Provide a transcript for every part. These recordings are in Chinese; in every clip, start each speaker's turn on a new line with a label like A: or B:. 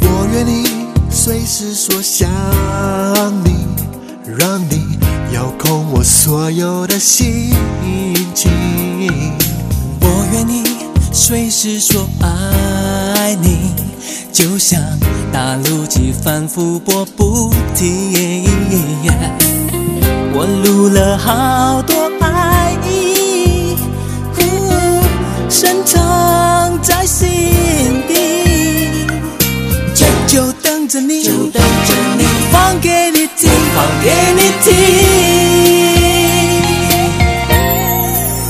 A: 我愿意随时说想你，让你遥控我所有的心情。
B: 我愿意随时说爱你，就像打路机反复拨不停。我录了好多爱意，呜深藏在心底，就就等着你，就等着你，放给你听，放给你听。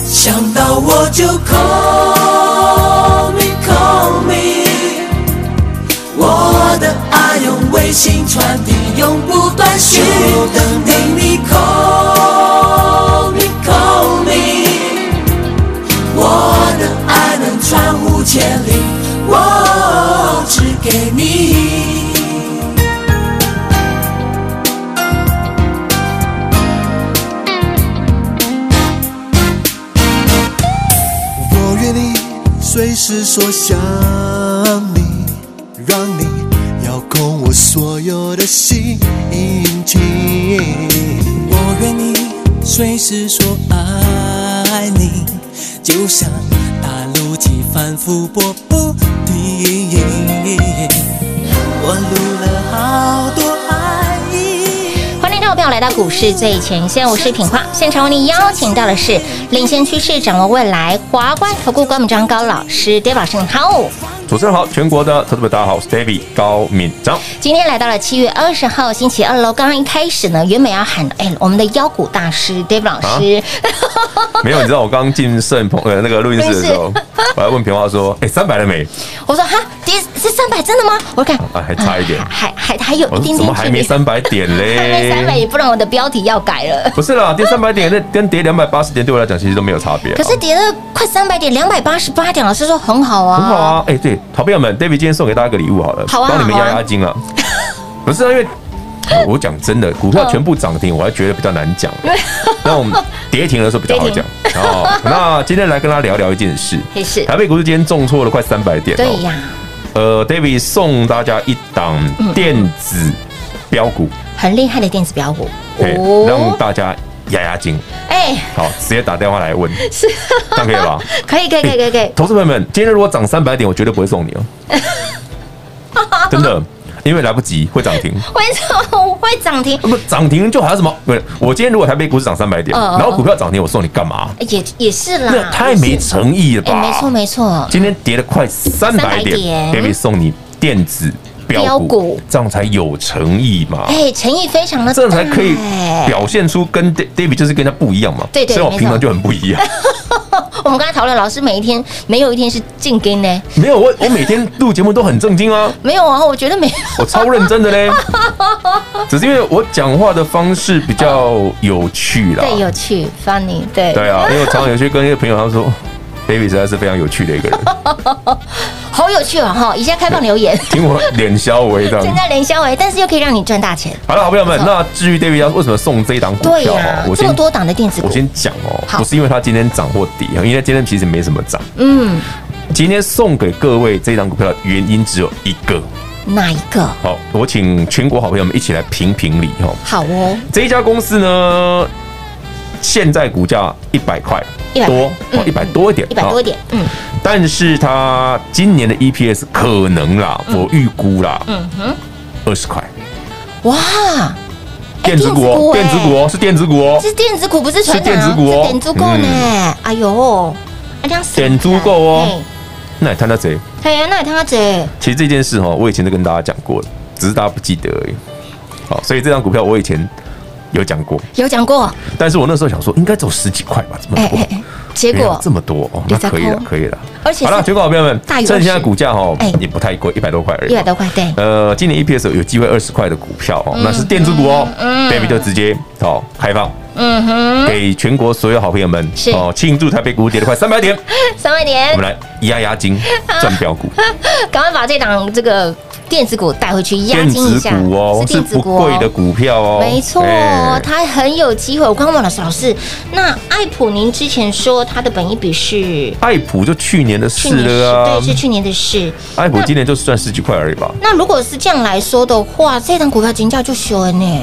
B: 想到我就 call me call me，我的爱用微信传递，永不断续，就等你 call me call me，我的爱能传五千里，我只给你。
A: 我愿意随时说想你，让你遥控我所有的心情。
B: 我愿你随时说爱你，就像打路机反复拨不停。我录了好多爱意，
C: 欢迎各位朋友来到股市最前线，我是品化。现场为您邀请到的是领先趋势、掌握未来华冠投顾管理张高老师，David 老师，你好。
D: 主持人好，全国的投资者大家好，我是 David 高敏章。
C: 今天来到了七月二十号星期二喽。刚刚一开始呢，原本要喊哎，我们的妖股大师哎 David 老
D: 啊
C: 师，哦
D: 没有，你知道我刚进盛鹏呃那个录音室的时候，我还问平花说，哎、3三百了没？
C: 我说哈，第是三百真的吗？我看
D: 啊还差一 点
C: 还还还有
D: 我
C: 一
D: 说
C: 点
D: 怎么
C: 点
D: 还
C: 距
D: 没
C: 离，
D: 三百哦点 嘞？
C: 还没三百，也不然我的标题要改 了。
D: 不是啦，跌三百点那跟跌两百八十点对我来讲其实都没有差别啊、
C: 可是跌了快三百点，两百八十八点，老师说很好啊，
D: 很好啊，哎、对，好朋友们，David 今天送给大家一个礼物好了，
C: 好啊
D: 帮你们
C: 好啊嗯
D: 压压惊啊。 不是啊，因为我我讲真的，股票全部涨停，我还觉得比较难 讲。那我们跌停的时候比较好讲。哦，那今天来跟大家聊聊一件事
C: 也是，
D: 台北股市今天重挫了快三百点、哦。
C: 对呀、
D: 呃，David 送大家一档电子标股，
C: 很厉害的电子标股哦
D: 哎、让，大家压压惊。
C: 哎、
D: 好，直接打电话 来问，是，
C: 啊
D: 这样可以吧？
C: 可以可以可以可以可以，
D: 投资朋友们，今天如果涨三百点，我绝对不会 送你哦，真的，因为来不及，会涨停。
C: 为什么会涨停？
D: 那么涨停就好像什么？不是，我今天如果台北股市涨三百点，
C: 嗯嗯
D: 然后股票涨停，我送你干嘛？
C: 也也是啦，
D: 那太没诚意了
C: 哎、
D: 吧？
C: 没错没错，
D: 今天跌了快三百点
C: 300点
D: ，David 送你电子标
C: 标股
D: 股，这样才有诚意嘛？
C: 哎、诚意非常的大，
D: 这样才可以
C: 哎
D: 表现出跟 Da- David 就是跟人家不一样嘛。
C: 对对
D: 所以我
C: 没错
D: 平常就很不一样。
C: 我们刚才讨论，老师每一天没有一天是进跟呢，
D: 没有我，我每天录节目都很正经 啊。
C: 没有啊，我觉得没有，
D: 我超认真的 嘞，只是因为我讲话的方式比较有趣啦。
C: 对，有趣，funny，对，
D: 啊 对啊，因为我常常有些跟一个朋友他们说，David 实在是非常有趣的一个人，
C: 好有趣哦哈！以下开放留言，
D: 听我脸消微这
C: 正
D: 样。
C: 在连消维，但是又可以让你赚大钱，
D: 好了，好朋友们，那至于 David 要为什么送这一档股
C: 对啊
D: 票
C: 呀、
D: 哦，我
C: 这么
D: 先
C: 多档的电子股
D: 我，先讲哦，
C: 好
D: 不是因为它今天涨或跌，因为今天其实没什么涨。
C: 嗯，
D: 今天送给各位这一档股票的原因只有一个，
C: 哪一个？
D: 好，我请全国好朋友们一起来评评理哦。
C: 好哦，
D: 这一家公司呢，现在股价一百块
C: 100
D: 多，
C: 嗯
D: 哦，一百多一点，
C: 一百多一
D: 哦。
C: 点，嗯
D: 但是它今年的 EPS 可能啦，我预估啦，
C: 嗯哼，
D: 二十块。
C: 哇，哎
D: 电子股哦，
C: 电
D: 电
C: 子
D: 子
C: 股哎
D: 股哦，是电子股哦，
C: 是电子股不是传
D: 是电子股哦
C: 是电子股呢，哎呦，啊这样省
D: 电子股哦那你看到谁？
C: 嘿，嘿呀，那他姐，
D: 其实这件事哈，我以前就跟大家讲过了，只是大家不记得而已。好，所以这张股票我以前有讲过，
C: 有讲过，
D: 但是我那时候想说，应该只有十几块吧，这么
C: 哎
D: 多
C: 哎，哎，结
D: 没有
C: 果
D: 这么多哦，
C: 你
D: 那
C: 在
D: 可以了
C: 空，
D: 可以了。
C: 而且
D: 好了，
C: 是
D: 结果好朋友们
C: 大，有
D: 趁现在
C: 市
D: 股价哦
C: 哎，
D: 也不太贵，一百多块而已
C: 一。百多嗯块，对，
D: 呃，今年 EPS 有机会二十块的股票哦，那是电子股哦，baby 就直接哦开放
C: 嗯哼，
D: 给全国所有好朋友们
C: 是
D: 哦庆祝台北股跌了快三 百点，
C: 三万
D: 我
C: 年
D: 们，来压压惊赚标股，
C: 赶快把这档这个电子股带回去压
D: 电
C: 惊一
D: 子
C: 下，
D: 股哦是不贵的股票哦，
C: 没错
D: 哎，
C: 它很有机会。我刚刚问老师，老师，那艾普您之前说它的本益比是
D: 爱普就去年的
C: 去
D: 事
C: 年
D: 了啊
C: 对，，是去年的事。
D: 爱普今年就算十几块而已吧。
C: 那如果是这样来说的话，这档股票金价就修了呢，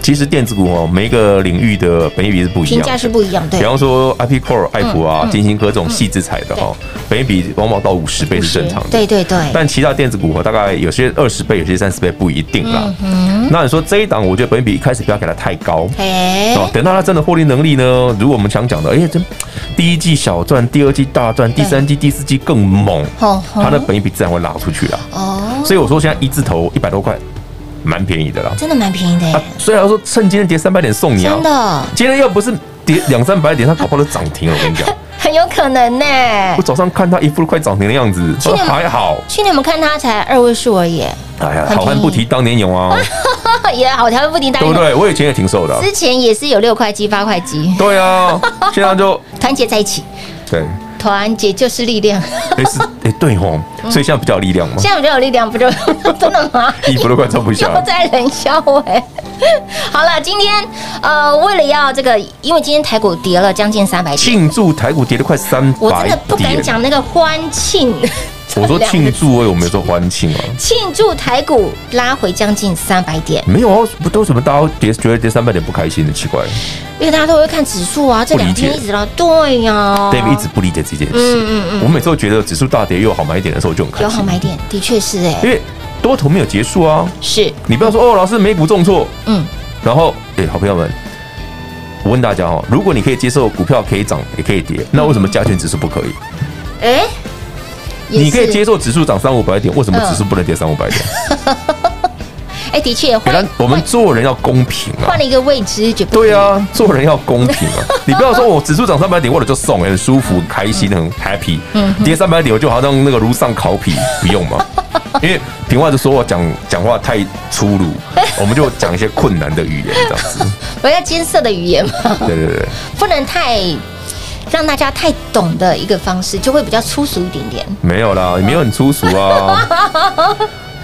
D: 其实电子股哦，每一个领域的本益比是不一
C: 评
D: 样的
C: 价。是不一样，对嗯
D: 比，方说 IP Core、爱普啊、金星科这种细制材的哈，本益比往往到五十倍是正常的。
C: 对对对，
D: 但其他电子股哦大概有些二十倍，有些三十倍不一定啦。
C: 嗯
D: 那你说这一档，我觉得本益比一开始不要给它太高。
C: 哎，
D: 哦，等到它真的获利能力呢？如果我们想讲的，哎、真第一季小赚，第二季大赚，第三季、第四季更猛，
C: 哦
D: 它的本益比自然会拉出去啦。
C: 哦，
D: 所以我说现在一字头一百多块，蛮便宜的啦。
C: 真的蛮便宜的
D: 啊
C: 耶，，
D: 虽然说趁今天跌三百点送你啊
C: 真，的
D: 今天要不是跌两三百点，它搞不好都涨停了。我 跟你讲，
C: 很有可能呢。
D: 我早上看它一副快涨停的样子，哦
C: 去年
D: 还好，
C: 去年我们看它才二位数而已，
D: 哎呀，
C: 很便宜哦
D: 好汉不提当年勇啊，
C: 也好条不停答
D: 对不
C: 应。
D: 对？我以前也挺瘦的啊，
C: 之前也是有六块鸡、八块鸡，
D: 对啊，现在就
C: 团结在一起，
D: 对，
C: 团结就是力 量。
D: 哎是哎对吼，所以现在比较有力量嘛，
C: 嗯现在比较有力量，不就 真的吗？
D: 衣服都快穿 不下
C: 又
D: 了。
C: 在冷笑哎、 好了，今天呃，为了要这个，因为今天台股跌了将近三百点，
D: 庆祝台股跌了快三
C: 我真
D: 百
C: 的不敢
D: 点，
C: 讲那个欢庆。
D: 我说
C: 这两个
D: 庆祝，我有没有说欢庆啊？
C: 庆祝台股拉回将近三百点，
D: 没有啊，不都什么大家跌觉得跌三百点不开心的，奇怪
C: 因为大家都会看指数啊，这两天
D: 不理
C: 一
D: 解
C: 直到对呀、
D: ，David 一直不理解这件
C: 嗯
D: 事。
C: 嗯嗯，
D: 我每次都觉得指数大跌又有好买一点的时候，我就很开
C: 有
D: 心
C: 好。买点，的确是哎、
D: 因为多头没有结束啊。
C: 是
D: 你不要说哦，老师美股重挫，
C: 嗯，
D: 然后哎、好朋友们，我问大家哦，如果你可以接受股票可以涨也可以跌，
C: 嗯
D: 那为什么加权指数不可以？
C: 哎、也
D: 你可以
C: 是嗯
D: 接受指数涨三五百点，为什么指数不能跌三五百 点？
C: 哎、的确
D: 给他
C: 换，
D: 我们做人要公平啊
C: 换。了一个位置，绝不
D: 对啊，做人要公平 啊！你不要说我指数涨三百点，我的就送，很舒服、很开心、很 happy。跌
C: 嗯
D: 三百点，我就好像那个如上烤皮，不用 嘛。因为平话就说我讲讲话太 粗鲁，我们就讲一些困难的语言这样子。
C: 不要艰涩的语言嘛，
D: 对对对，
C: 不能太让大家太懂的一个方式，就会比较粗俗一点点。
D: 没有啦，也没有很粗俗啊。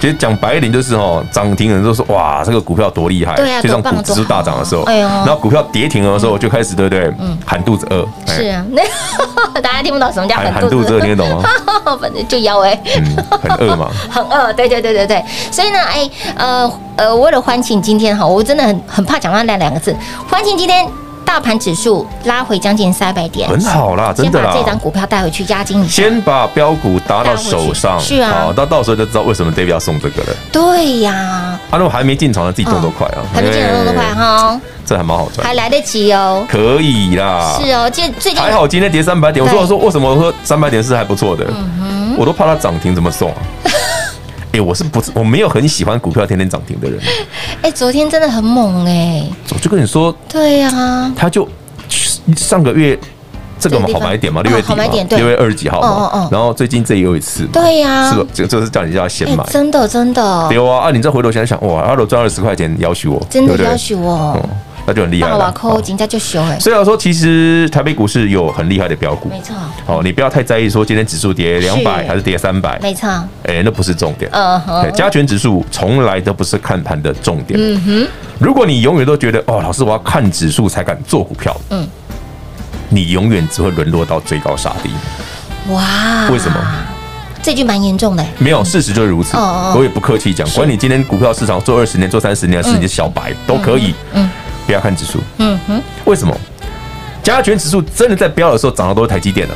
D: 其实讲白一点就是哦，涨停的人都说哇，这个股票多厉害，
C: 对啊
D: 就像
C: 多棒
D: 股指数大涨的时候，
C: 多好哎呦嗯
D: 然后股票跌停的时候就开始对不对？喊肚子饿，哎
C: 是啊， 那大家听不懂什么叫
D: 喊
C: 很
D: 喊肚
C: 肚
D: 子饿，
C: 子
D: 你听得懂吗？
C: 饿， 反正就腰哎、
D: 嗯，很 饿嘛。
C: 很饿。对对对对对，所以呢，哎呃呃，为了欢庆今天哈，我真的很很怕讲到那两个字，欢庆今天。大盘指数拉回将近三百点，
D: 很好啦真的啦
C: 啊先把这张股票带回去押金一下。
D: 先把标股打到手上，
C: 打回去是啊
D: 好，到到时候就知道为什么 David 要送这个了。
C: 对呀，
D: 他、啊、如果还没进场的，自己动作快啊，
C: 还没进来动作快
D: 哎，
C: 哈，
D: 这还蛮好赚
C: 还，来得及哦。
D: 可以啦。
C: 是哦，这最近
D: 啊还好今天跌三百点，我
C: 对嗯
D: 说我说为什么我说三百点是还不错的，我都怕它涨停怎么 送啊？哎、我是不是我没有很喜欢股票天天涨停的人？
C: 哎，昨天真的很猛哎、
D: 我就跟你说，
C: 对呀，
D: 他就上个月这个嘛
C: 这个地
D: 好
C: 方
D: 买点嘛，
C: 哦
D: 六月底
C: 好买点
D: 嘛，
C: 对
D: 六月二十几号
C: 哦哦
D: 嘛
C: 哦，
D: 然后最近这也有一次嘛，
C: 对啊呀
D: 是吧？这就是叫人家先
C: 哎
D: 买，
C: 真的真的，
D: 丢啊！啊，你再回头想想，哇，阿罗赚二十块钱，要许我，
C: 真
D: 对
C: 的
D: 不对
C: 要许我
D: 嗯，那就很厉害
C: 大
D: 了
C: 瓦。扣，
D: 哦
C: 人家就修哎，
D: 虽然说，其实台北股市有很厉害的标股，
C: 没错
D: 哦，你不要太在意说今天指数跌两百还是跌三百，
C: 没错，
D: 哎，那不是重点。
C: 嗯哼
D: 哎加权指数从来都不是看盘的重点。嗯哼，如果你永远都觉得哦，老师我要看指数才敢做股票，
C: 嗯
D: 嗯，你永远只会沦落到追高杀低。
C: 哇，
D: 为什么？
C: 这句蛮严重的，
D: 没有，事实就是如此。
C: 哦哦哦
D: 我也不客气讲，管你今天股票市场做二十年、做三十年，还是你是小白、都可以。
C: 嗯
D: 不要看指数，
C: 嗯哼，
D: 为什么？加权指数真的在飙的时候涨的都是台积电啊，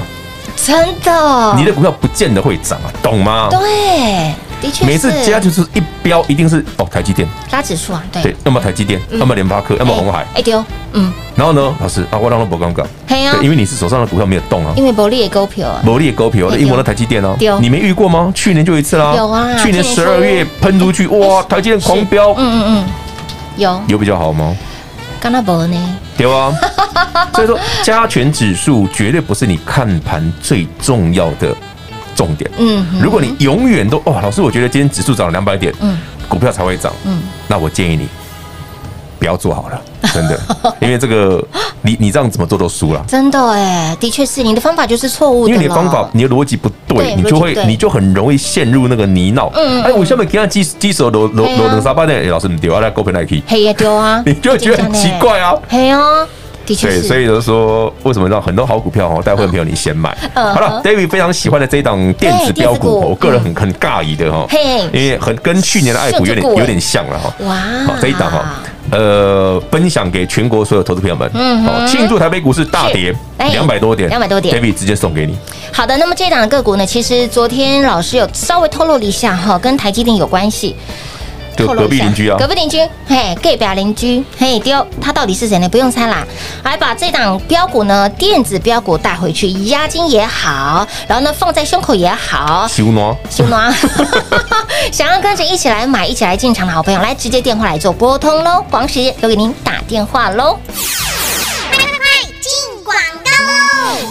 C: 真的，
D: 你的股票不见得会涨啊，懂吗？
C: 对，的确是，
D: 每次加权指数一飙，一定是哦台积电，
C: 拉指数啊，对，
D: 对，要么台积电，要么联发科，要么
C: 哎
D: 红海。
C: 哎丢，嗯，
D: 然后呢，老师啊，我让他不尴尬，
C: 嘿啊
D: 对，因为你是手上的股票没有动啊，
C: 因为伯利也勾票啊，
D: 某利的狗皮哦，
C: 哎
D: 一模的台积电哦
C: 对哦，
D: 你没遇过吗？去年就一次啦，
C: 有啊
D: 去年
C: 去年
D: 十二月
C: 12
D: 喷出去，哇，台积电狂飙，
C: 嗯嗯嗯，有
D: 有比较好吗？
C: 刚那伯呢？
D: 对吧？所以说，加权指数绝对不是你看盘最重要的重点。
C: 嗯哼
D: 如果你永远都哦，老师，我觉得今天指数涨了两百点，
C: 嗯
D: 股票才会涨，
C: 嗯
D: 那我建议你不要做好了，真的，因为这个你你这样怎么做都输了。
C: 真的哎，的确是你的方法就是错误的
D: 因为你的
C: 了
D: 方法、你的逻辑不
C: 对
D: 对，你
C: 逻
D: 就
C: 辑
D: 会
C: 不对
D: 你就很容易陷入那个泥淖。
C: 嗯嗯
D: 哎，我下面给他基基手罗罗
C: 对啊
D: 罗等沙巴点，哎老师你丢啊，那狗皮来 k，
C: 嘿也丢啊
D: 你就会觉得很奇怪啊。
C: 嘿哦，的确
D: 对，
C: 是，
D: 所以就是说，为什么让很多好股票哦，带会朋友你先买？
C: 嗯
D: 好了，David 非常喜欢的这一档电子标股
C: 对电子股
D: 哦，
C: 嗯
D: 我个人很很尬异的哈，
C: 嘿
D: 因为很跟去年的爱股有
C: 顺着嗯股
D: 点
C: 欸
D: 有点像了哈。
C: 哇，
D: 好，这一档哦哈，呃，分享给全国所有投资朋友们，
C: 嗯哼
D: 好，庆祝台北股市大跌
C: 是哎
D: 两百多点，
C: 200多点
D: ，David 直接送给你，
C: 好的，那么这档个股呢，其实昨天老师有稍微透露了一下哈，跟台积电有关系。
D: 就
C: 透露
D: 隔
C: 一
D: 壁
C: 下
D: 邻居啊
C: 隔，壁邻居，嘿，隔壁邻居，嘿，丢，他到底是谁呢？不用猜啦，还把这档标股呢，电子标股带回去，押金也好，然后呢放在胸口也好，
D: 修诺，
C: 行 吗？想要跟着一起来买、一起来进场的好朋友，来直接电话来做拨通喽，黄时留给您打电话喽。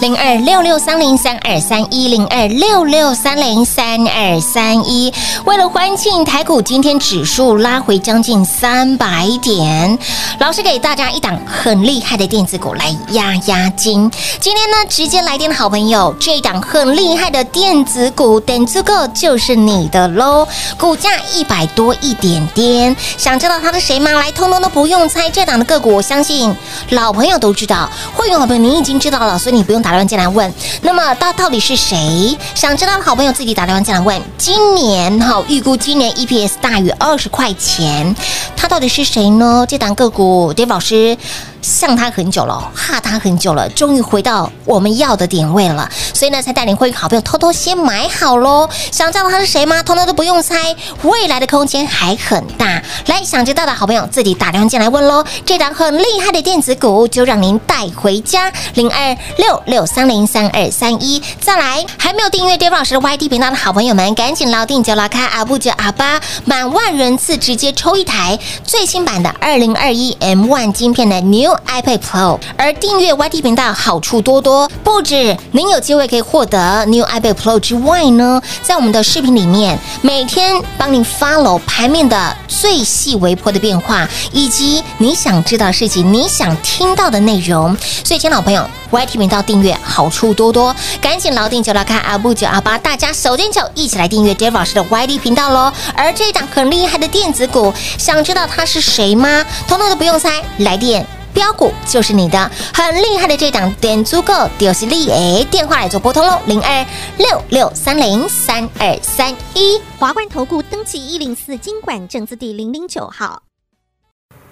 C: 零二六六三零三二三一零二六六三零三二三一。为了欢庆台股今天指数拉回将近三百点，老师给大家一档很厉害的电子股来压压惊。今天呢，直接来电的好朋友，这一档很厉害的电子股，等足够就是你的喽。股价一百多一点点，想知道它是谁吗？来，通通都不用猜，这档的个股我相信老朋友都知道，会员好朋友你已经知道了，所以你不用打电话进来问。那么到到底是谁？想知道的好朋友自己打电话进来问。今年哈、预估今年 EPS 大于二十块钱，它到底是谁呢？这档个股，Dave 老师。向他很久了，怕他很久了，终于回到我们要的点位了，所以呢，才带领会员好朋友偷偷先买好喽。想知道他是谁吗？通通都不用猜，未来的空间还很大。来，想知道的好朋友自己打电话进来问喽。这档很厉害的电子股，就让您带回家。零二六六三零三二三一，再来，还没有订阅 Dave 老师的 YT 频道的好朋友们，赶紧捞定就捞开，阿布就阿巴，满万人次直接抽一台最新版的二零二一 M One 晶片的 New iPad Pro。而订阅 YT 频道好处多多，不止您有机会可以获得 New iPad Pro 之外呢，在我们的视频里面，每天帮您 follow 盘面的最细微波的变化，以及你想知道的事情，你想听到的内容。所以，亲老朋友，YT 频道订阅好处多多，赶紧牢定九拉卡阿布九阿八，大家手牵手一起来订阅 Dave 老师的 YT 频道喽。而这一档很厉害的电子股，想知道它是谁吗？通通都不用猜，来电。标股就是你的，很厉害的这档点足够就是力哎，电话来做拨通喽，零二六六三零三二三一。
E: 华冠投顾登记一零四经管证字第零零九号。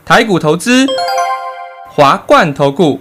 F: 台股投资，华冠投顾。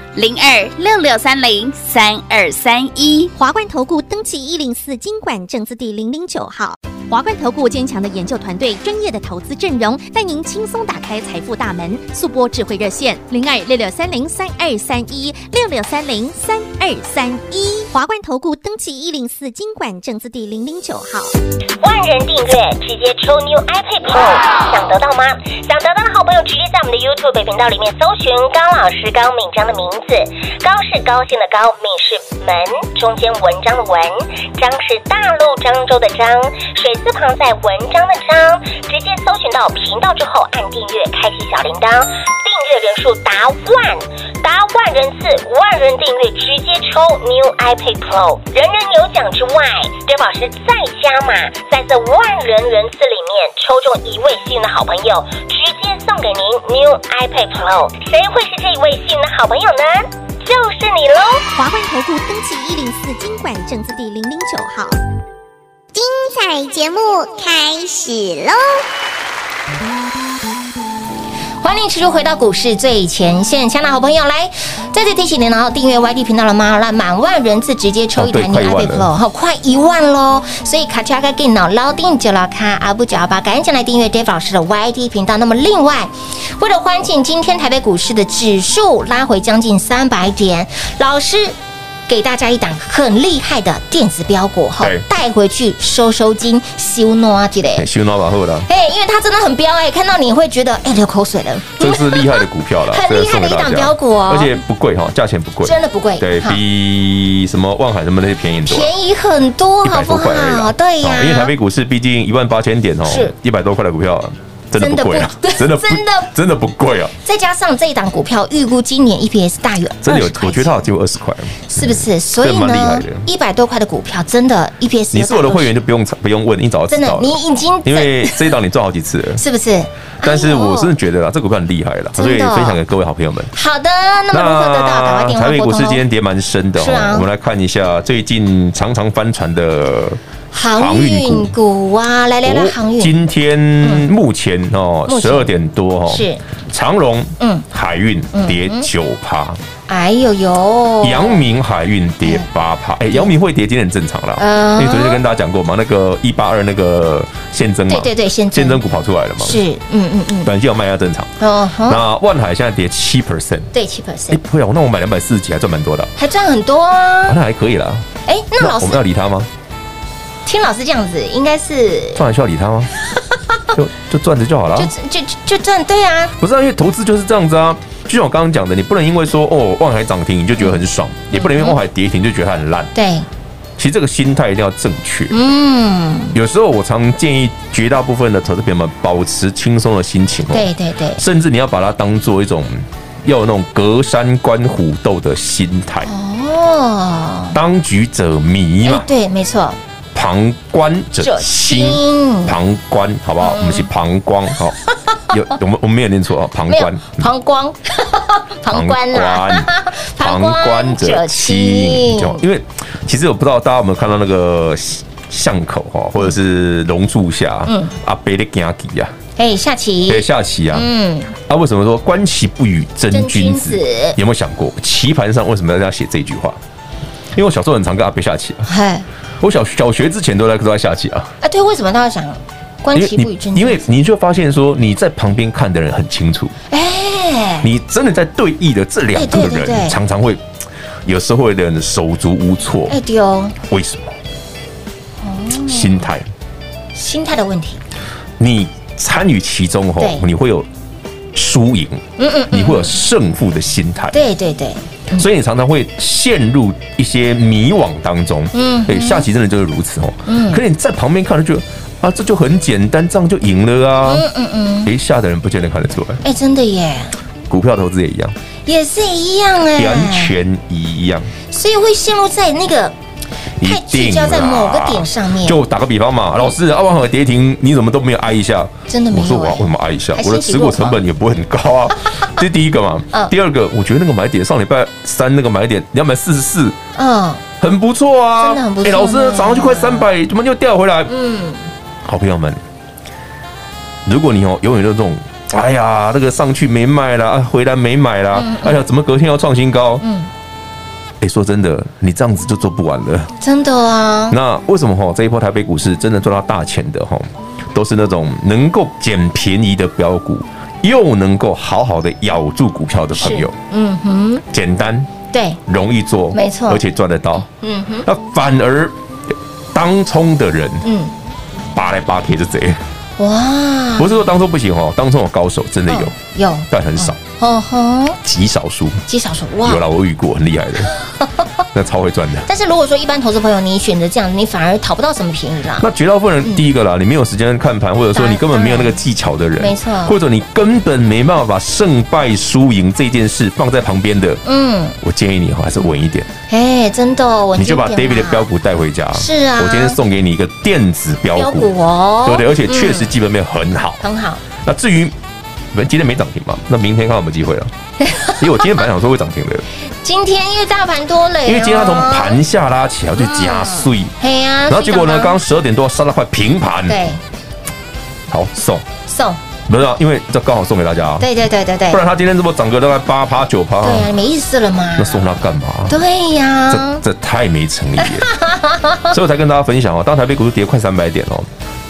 G: 零二六六三零三二三一。
E: 华冠投顾登记一零四经管证字第零零九号。华冠投顾坚强的研究团队，专业的投资阵容，带您轻松打开财富大门。速播智慧热线零二六六三零三二三一六六三零三二三一。华冠投顾登记一零四经管证字第零零九号。
H: 万人订阅直接抽 New iPad Pro，想得到吗？想得到的好朋友直接在我们的 YouTube 频道里面搜寻高老师高敏章的名字，高是高兴的高，敏是门中间文章的文，章是大陆漳州的章，水字旁在文章的章，直接搜寻到频道之后按订阅，开启小铃铛，订阅人数达万。达万人次、万人订阅，直接抽 New iPad Pro，人人有奖之外，Dave 老师再加码，在这万人人次里面抽中一位幸运的好朋友，直接送给您 New iPad Pro。谁会是这一位幸运的好朋友呢？就是你喽！
E: 华冠投顾登记一零四经管证字第零零九号。精彩节目开始喽！
C: 欢迎持续回到股市最前线，亲爱的好朋友，来再次提醒您，然后订阅 YT 频道了吗？让满万人次直接抽一台
D: 哦对
C: 你
D: 快一万
C: iPad Pro，
D: 了
C: 好，快一万喽！所以卡恰卡给脑捞定九老卡阿布九幺八，赶紧来订阅 Dave 老师的 YT 频道。那么另外，为了欢庆今天台北股市的指数拉回将近三百点，老师。给大家一档很厉害的电子标股，好
D: 对
C: 带回去收收金，修诺啊之类。
D: 哎修拿把后啦，
C: 哎、因为它真的很彪哎、看到你会觉得哎、流口水了，
D: 这是厉害的股票啦，
C: 很
D: 这个
C: 厉害的
D: 送给大
C: 一档
D: 家
C: 标股哦
D: 而且不贵哈，价钱不贵，
C: 真的不贵，
D: 对
C: 哈
D: 比什么万海什么那些便宜多了，
C: 便宜很多，
D: 一
C: 好
D: 百
C: 不
D: 多块而已
C: 好？
D: 啦。
C: 对呀、
D: 哦因为台北股市毕竟一万八千点哦
C: 是，
D: 一百多块的股票真的不贵啊
C: 真的不真
D: 真
C: 的
D: 的真的不贵啊，
C: 再加上这一档股票预估今年 EPS 大于
D: 真的有
C: 20，块
D: 我觉得它有进入二十块。
C: 是不是？所以
D: 蛮厉
C: 呢
D: 害的，
C: 一百多块的股票真的，E EPS，
D: 你是我的会员
C: 就
D: 就不用不用问，你早就
C: 真
D: 知
C: 的
D: 道了。
C: 你已经，
D: 因为这一档你赚好几次 了
C: 是不哎是？
D: 但是我
C: 哎
D: 真的
C: 呦
D: 觉得啦，这股票很厉害啦，
C: 真
D: 所
C: 的
D: 以分享给各位好朋友们。
C: 好的，那么如何得到？打快电话
D: 台北
C: 拨
D: 股市
C: 通
D: 今
C: 喽
D: 天跌蛮深的
C: 是啊
D: 哦，我们来看一下最近常常翻船的哦
C: 航运股啊，来聊聊航运，
D: 今天目前哦
C: 嗯目前
D: 十二点多哦，
C: 是
D: 长荣
C: 嗯
D: 海运跌九趴，
C: 哎呦呦，
D: 阳明海运跌八趴，哎，阳明会跌今天很正常啦，
C: 嗯
D: 因为昨天就跟大家讲过嘛，那个一八二那个现增嘛
C: 对，对对，现
D: 现增股跑出来了嘛，
C: 是，嗯嗯嗯，
D: 短线有卖压正常。
C: 哦吼，
D: 那万海现在跌七 percent，
C: 对七
D: 哎，
C: percent，
D: 不会啊，那我买两百四十几还赚蛮多的啊，
C: 还赚很多啊
D: 啊。那还可以啦。
C: 哎，那老
D: 我
C: 师
D: 们要理他吗？
C: 听老师这样子，应该是
D: 赚还需要理他 吗？就就赚着就好了啊
C: 就。就就就赚对啊，
D: 不是、啊，因为投资就是这样子啊。就像我刚刚讲的，你不能因为说哦万海涨停你就觉得很爽，也不
C: 嗯
D: 能因为万海跌停就觉得它很烂。
C: 对，
D: 其实这个心态一定要正确。
C: 嗯，
D: 有时候我常建议绝大部分的投资朋友们保持轻松的心情哦，
C: 对对对，
D: 甚至你要把它当做一种要有那种隔山观虎斗的心态，
C: 哦，
D: 当局者迷
C: 哎
D: 嘛，
C: 对，没错，
D: 旁观者清。嗯旁观，好不好？我们是膀胱，好、 有我们我们没有念错哦，旁
C: 没有
D: 观，
C: 膀 胱，膀胱啦，
D: 旁观，啊 旁观者清。就因为其实我不知道大家有没有看到那个巷口哈，或者是榕树下，嗯，阿伯的行棋啊，
C: 哎，下
D: 对，
C: 棋，
D: 下棋啊，
C: 嗯，
D: 啊，为什么说观棋不语真君子
C: 真君子？
D: 有没有想过棋盘上为什么要这样写这句话？因为我小时候很常跟阿伯下棋啊，
C: 嗨，
D: 我小小学之前都在都在下棋啊，
C: 啊，对，为什么他要想观
D: 因为
C: 棋不语真
D: 你
C: 君
D: 因为
C: 子？
D: 你就发现说你在旁边看的人很清楚，
C: 哎，
D: 你真的在对弈的这两
C: 哎
D: 个
C: 对对对
D: 人，常常会有时候会有人手足无措，
C: 哎哦丢，
D: 为什么？心态，
C: 心态的问题，
D: 你参与其中吼
C: 对，
D: 你会有输赢，
C: 嗯嗯
D: 你会有胜负的心态，
C: 对对对，
D: 所以你常常会陷入一些迷惘当中。
C: 嗯
D: 嗯，对，下棋真的就是如此哦。嗯，可是你在旁边看就觉得啊，这就很简单，这样就赢了啊。
C: 嗯嗯嗯，
D: 诶，下的人不见得看得出来，
C: 哎，真的耶，
D: 股票投资也一样，
C: 也是一样哎，
D: 完全一样。
C: 所以会陷入在那个太聚焦在某个点上面
D: 一定啦就打个比方嘛，老师，阿万和跌停，你怎么都没有挨一下？
C: 真的没有
D: 我说我
C: 欸
D: 要为什么挨一下
C: 还？
D: 我
C: 欣
D: 的
C: 喜
D: 持
C: 若
D: 股
C: 狂
D: 成本也不会很高 啊。这是第一个嘛
C: 嗯。
D: 第二个，我觉得那个买点上礼拜三那个买点两百四十四
C: 嗯，
D: 很不错啊，
C: 真的很不错
D: 哎老师
C: 呢
D: 涨上去快三百，怎么又掉回来？嗯，好朋友们，如果你哦永远都这种。哎呀，这个上去没卖啦，啊回来没买啦，哎呀，怎么隔天要创新高？
C: 嗯
D: 嗯，哎，说真的，你这样子就做不完了。
C: 真的啊，
D: 那为什么哈这一波台北股市真的赚到大钱的哈，都是那种能够捡便宜的标股，又能够好好的咬住股票的朋友，
C: 嗯哼，
D: 简单
C: 对，
D: 容易做，
C: 没错
D: 而且赚得到。
C: 嗯哼，
D: 那反而当冲的人
C: 嗯，啊
D: 扒来扒去就贼，
C: 哇，
D: 不是说当冲不行哦，当冲有高手真的有
C: 嗯，有，
D: 但很少，
C: 哦吼，
D: 极少数。
C: 极少数
D: 有
C: 哇。
D: 啦，我遇过很厉 害的，那超会赚的。
C: 但是如果说一般投资朋友，你选择这样，你反而讨不到什么便宜啦。
D: 那绝大部分
C: 嗯
D: 人，第一个啦，你没有时间看盘，或者说你根本没有那个技巧的人，
C: 当然没错
D: 或者你根本没办法把胜败输赢这件事放在旁边的，
C: 嗯，
D: 我建议你哦哈还是稳一点，
C: 哎，真的哦，我
D: 你就把
C: 经典
D: David 的
C: 啦
D: 标股带回家。
C: 是啊
D: 我今天送给你一个电子标
C: 标
D: 股，
C: 股哦，
D: 对不对？而且确实基本面很好。
C: 很好，
D: 那至于我们今天没涨停嘛，那明天看有没有机会 了。因为我今天本来想说会涨停的，
C: 今天因为大盘多了，
D: 因为今天它从，盘下拉起来，我就加碎，
C: 嘿呀，啊
D: 然后结果呢，
C: 所以
D: 刚十二点多杀到快平盘，
C: 对
D: 好送。
C: 送
D: 不是啊，因为这刚好送给大家啊，
C: 对对对对对
D: 不，然它今天这么涨个大概八趴九趴，
C: 对啊，没意思了嘛
D: 那。送它干嘛？
C: 对啊呀
D: 这，这太没诚意了， 所以我才跟大家分享哦，当台北股市跌快三百点哦，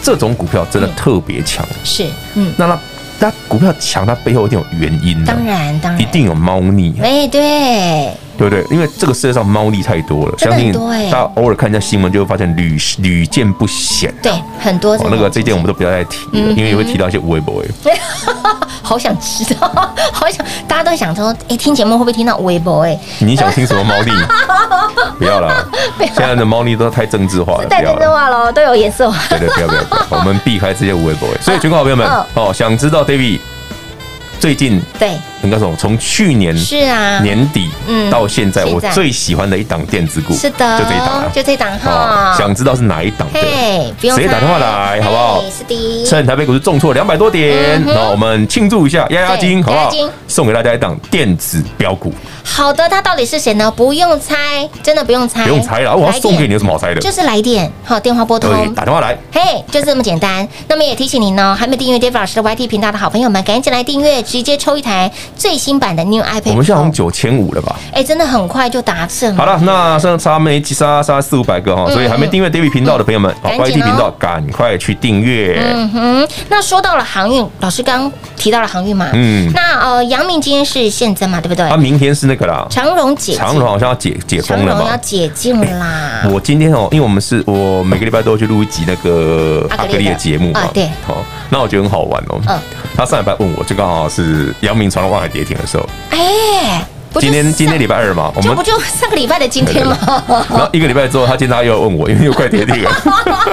D: 这种股票真
C: 嗯
D: 的特别强。
C: 是，嗯，
D: 那它它股票强，它背后一定有原因的、
C: 当然当然，
D: 一定有猫腻，
C: 哎，对，
D: 对不对？因为这个世界上猫腻太多了，
C: 真
D: 相
C: 的
D: 信
C: 很多哎
D: 大家偶尔看一下新闻，就会发现屡屡见不鲜。
C: 对，很多
D: 哦，那个这一点我们都不要再提了，因为也会提到一些无微欸不微。
C: 好想知道， 好想，大家都想说，哎，听节目会不会听到微博？哎，
D: 你想听什么猫 腻？不要啦，现在的猫腻都太政治化了，
C: 是
D: 不
C: 带
D: 要
C: 真的
D: 了。
C: 话喽，都有哦颜 色化。
D: 对对，不要不要，不要我们避开这些无微不微。所以，全国好朋友们
C: 嗯，
D: 哦，想知道 David 最近
C: 对，
D: 应该说从去年
C: 是啊，
D: 年底
C: 嗯
D: 到现在，
C: 现
D: 我
C: 在
D: 最喜欢的一档电子股，
C: 是的，
D: 就这一档啊。
C: 就这一档
D: 哦
C: 哈，。
D: 想知道是哪一档的？
C: 嘿，不用
D: 直接打电话来
C: 猜
D: 好不好
C: 嘿是的，
D: 趁台北股市重挫两百多点
C: 嗯，哼
D: 那我们庆祝一下，压压惊，
C: 对
D: 好不
C: 压压
D: 好
C: 惊？
D: 送给大家一档电子标股，
C: 好的，他到底是谁呢？不用猜，真的不用猜，
D: 不用猜了，我要送给你，有什么好猜的
C: 来电，？就是来电，好，电话拨
D: 对，
C: 通。
D: 打电话来。
C: 嘿就这么简单。那么也提醒您哦，还没有订阅 Dave 老师的 YT 频道的好朋友们，赶紧来订阅，直接抽一台最新版的 New iPad。
D: 我们现在好像，九千五了吧？
C: 哎，真的很快就达成
D: 好
C: 了。
D: 了，那剩差没几杀杀四五百个哈，
C: 嗯
D: 所以还没订阅 David 频道的朋友们，好
C: 赶
D: ，YT
C: 紧哦
D: 频道赶快去订阅。
C: 嗯哼，那说到了航运，老师刚提到了航运嘛，
D: 嗯
C: 那呃，阳明今天是现增嘛，对不对
D: 他？啊明天是那个啦，
C: 长荣解禁
D: 长荣好像要解解封了
C: 长荣要
D: 嘛。
C: 解禁 啦，
D: 我今天哦，因为我们是我每个礼拜都会去录一集那个
C: 阿格
D: 阿
C: 丽的
D: 格丽的节目嘛
C: 啊，对
D: 好，那我觉得很好玩
C: 嗯
D: 哦。他上礼拜问我，就刚好是阳明长荣万海跌停的时候，
C: 哎，不就
D: 今天
C: 上
D: 今天礼拜二嘛，我
C: 这
D: 们
C: 不就哦上个礼拜的今
D: 对对
C: 天吗？
D: 对然后一个礼拜之后，他今天他又问我，因为又快跌停了。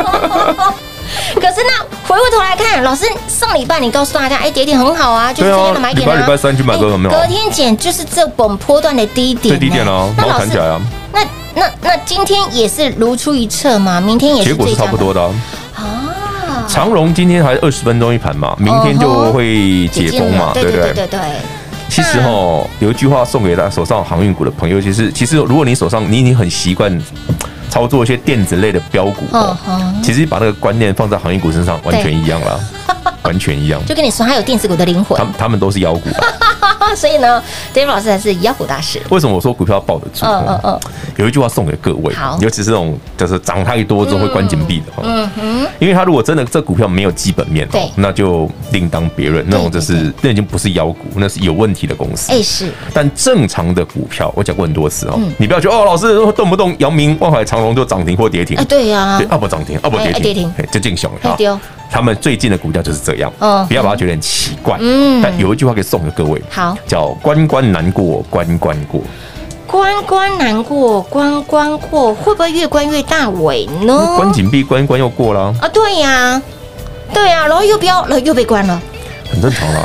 C: 可是那回过头来看，老师上礼拜你告诉大家，哎，跌点很好啊， 就是
D: 对
C: 这
D: 啊
C: 样的买点啊。
D: 礼拜礼拜三去买都很好
C: 哎隔天减就是这本波段的低点、啊
D: 最低点哦
C: 那
D: 然后
C: 老
D: 弹起来
C: 师，
D: 啊，
C: 那那那今天也是如出一辙嘛，明天也是
D: 结果是
C: 这
D: 差
C: 样
D: 不多的啊。
C: 啊。
D: 长荣今天还二十分钟一盘嘛，明天就会解封嘛，
C: 解
D: 对
C: 哦禁了对对
D: 不对？
C: 对对对，
D: 其实哦，有一句话送给大家手上航运股的朋友，其实其实如果你手上你已经很习惯操作一些电子类的标股哦
C: 嗯，哼，
D: 其实把那个观念放在航运股身上，完全一样啦，完全一 样。
C: 就跟你说，它有电子股的灵魂
D: 他们他们都是妖股啊，
C: 啊，所以呢，Dave 老师才是妖股大师。
D: 为什么我说股票要抱得住？
C: 嗯嗯嗯，
D: 有一句话送给各位
C: 好，
D: 尤其是那种就是涨太多之后会关紧闭的哈。
C: 嗯哼，
D: 因为他如果真的这股票没有基本面
C: 对
D: 哦，那就另当别论，那种
C: 对
D: 就
C: 对
D: 是那已经不是妖股，那是有问题的公司。
C: 哎是，
D: 但正常的股票，我讲过很多次哦
C: 嗯，
D: 你不要觉得哦，老师动不动阳明、万海、长荣就涨停或跌停
C: 哎，对呀
D: 对，，啊要不涨停，要不跌
C: 哎哎跌
D: 停
C: 停，
D: 哎，就进熊
C: 哎
D: 了
C: 对哦。
D: 他们最近的股价就是这样
C: 嗯，
D: 不要把它觉得很奇怪。
C: 嗯
D: 但有一句话可以送给各位，
C: 好
D: 叫“关关难过关关过
C: 关关难过关关过，会不会越关越大尾”，呢？
D: 关紧闭关一关又过了，
C: 啊，对呀、对呀、然后又标，然后又被关了。
D: 很正常 啦。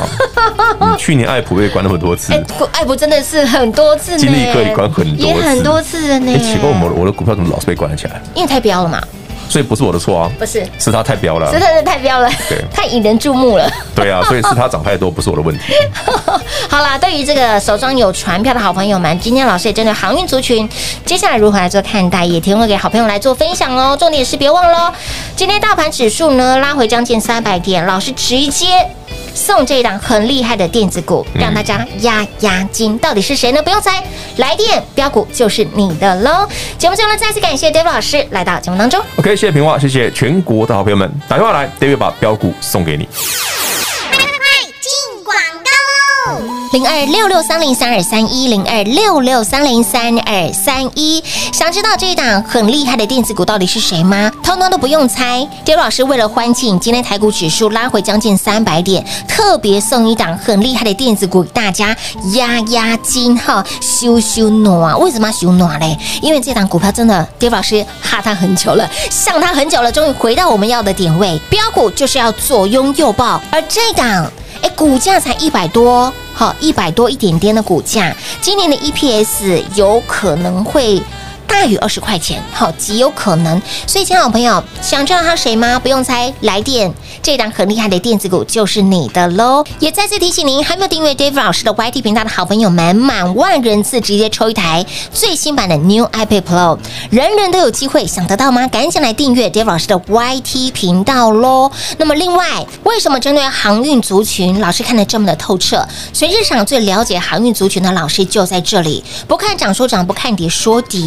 D: 你去年爱普被关那么多次
C: 哎、，不艾博真的是很多次呢，
D: 经历过也关很多次
C: 也很多次了呢。
D: 哎，奇怪，我啊我的股票怎么老是被关了起来？
C: 因为太标了嘛，
D: 所以不是我的错啊，
C: 不是，
D: 是他太彪了
C: 真。的是太标了
D: 对，
C: 太引人注目了。
D: 对啊，所以是他涨太多，不是我的问题。
C: 好啦，对于这个手中有船票的好朋友们，今天老师也针对航运族群，接下来如何来做看待，也提供给好朋友来做分享哦。重点是别忘喽，今天大盘指数呢拉回将近三百点，老师直接。送这一档很厉害的电子股，让大家压压惊，到底是谁呢？不用猜，来电标股就是你的喽。节目最后呢，再次感谢 David 老师来到节目当中。
D: OK，谢谢平话，谢谢全国的好朋友们，打电话来，David 把标股送给你。
E: 进广告喽！
C: 零二六六三零三二三一零二六六三零三二三一。想知道这一档很厉害的电子股到底是谁吗？通通都不用猜。丢老师为了欢庆今天台股指数拉回将近三百点，特别送一档很厉害的电子股给大家压压惊哈，修修暖。为什么要修暖嘞？因为这档股票真的，丢老师哈它很久了，想它很久了，终于回到我们要的点位。标股就是要左拥右抱，而这档。哎，股价才一百多，好一百多一点点的股价，今年的 EPS 有可能会。大于二十块钱，好，极有可能。所以，亲爱的朋友，想知道他谁吗？不用猜，来电这档很厉害的电子股就是你的喽。也再次提醒您，还没有订阅 Dave 老师的 YT 频道的好朋友们，满万人次直接抽一台最新版的 New iPad Pro，人人都有机会，想得到吗？赶紧来订阅 Dave 老师的 YT 频道喽。那么另外，为什么针对航运族群，老师看得这么的透彻？全市场最了解航运族群的老师就在这里，不看涨说涨，不看跌说跌。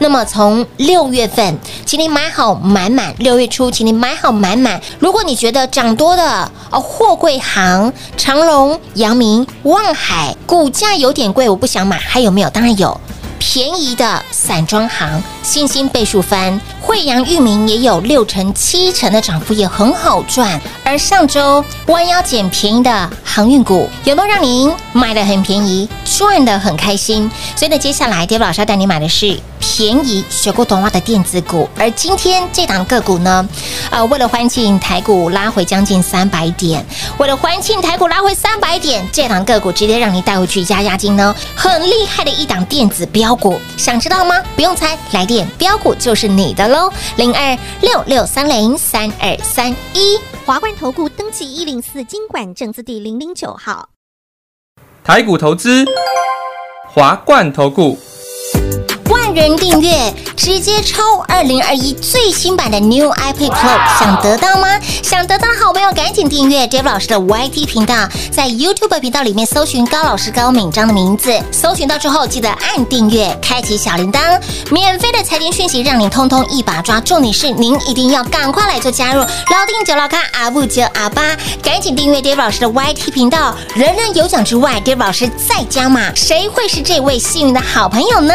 C: 那么从六月份，请你买好满满，六月初，请你买好满满。如果你觉得涨多的哦，货柜行、长隆、阳明、望海股价有点贵，我不想买，还有没有？当然有。便宜的散装行，星星倍数翻，惠阳域名也有六成七成的涨幅，也很好赚。而上周弯腰捡便宜的航运股，有没有让您买的很便宜，赚的很开心？所以呢，接下来 d a 老师要带你买的是便宜学过懂话的电子股。而今天这档个股呢，呃，为了欢庆台股拉回将近三百点，为了欢庆台股拉回三百点，这档个股直接让你带回去压压惊呢，很厉哦害的一档电子标股，想知道吗？不用猜，来电标股就是你的喽，零二六六三零三二三一。
E: 华冠投顾登记一零四经管证字第零零九号。
F: 台股投资，华冠投顾。
C: 万人订阅，直接抽二零二一最新版的 New iPad Pro，想得到吗？想得到的好朋友赶紧订阅 Dave 老师的 YT 频道，在 YouTube 频道里面搜寻高老师高敏章的名字，搜寻到之后记得按订阅，开启小铃铛，免费的财经讯息让你通通一把抓。重点是您一定要赶快来做加入，老定九老咖阿布九阿巴，赶紧订阅 Dave 老师的 YT 频道，人人有奖之外，Dave 老师再加码，谁会是这位幸运的好朋友呢？